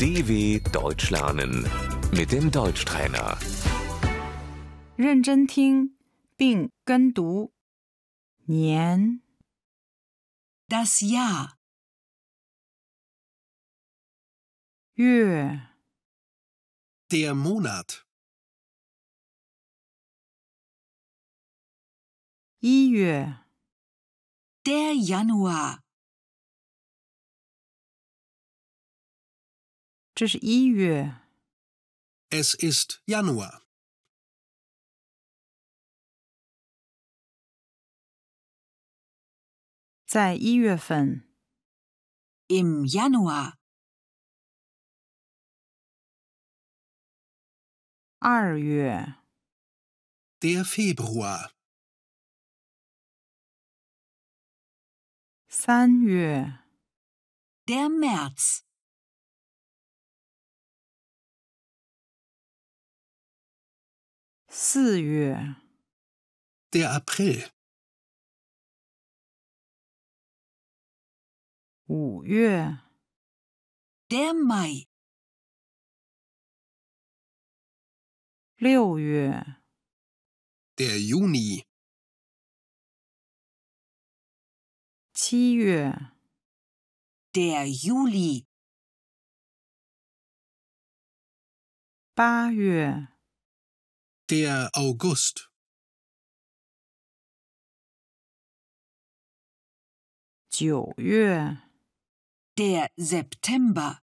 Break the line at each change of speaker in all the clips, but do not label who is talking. DW Deutsch lernen mit dem Deutschtrainer.
认真听并跟读。年、
Das Jahr,
月、
Der Monat.
一月、
der Januar,
这是一月、
Es ist Januar.
在一月份、
im Januar,
二月、
Der Februar.
三月、
der März,
四月、
Der April.
五月、
der Mai,
六月、
Der Juni.
七月、
der Juli,
八月、
Der August.
九月、
der September,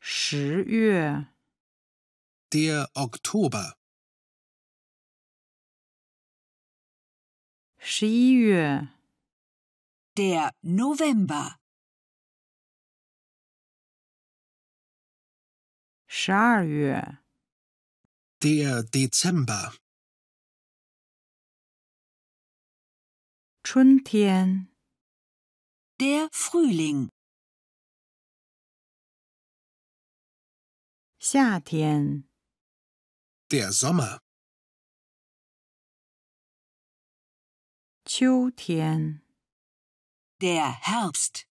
十月、
Der Oktober.
十一月、
der November,
十二月、
Der Dezember.
春天、
der Frühling,
夏天、
Der Sommer.
秋天、
der Herbst,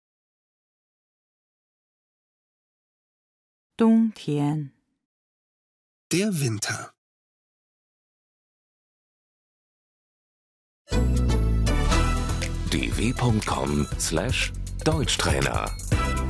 冬天、
Der Winter.
dw.com/deutschtrainer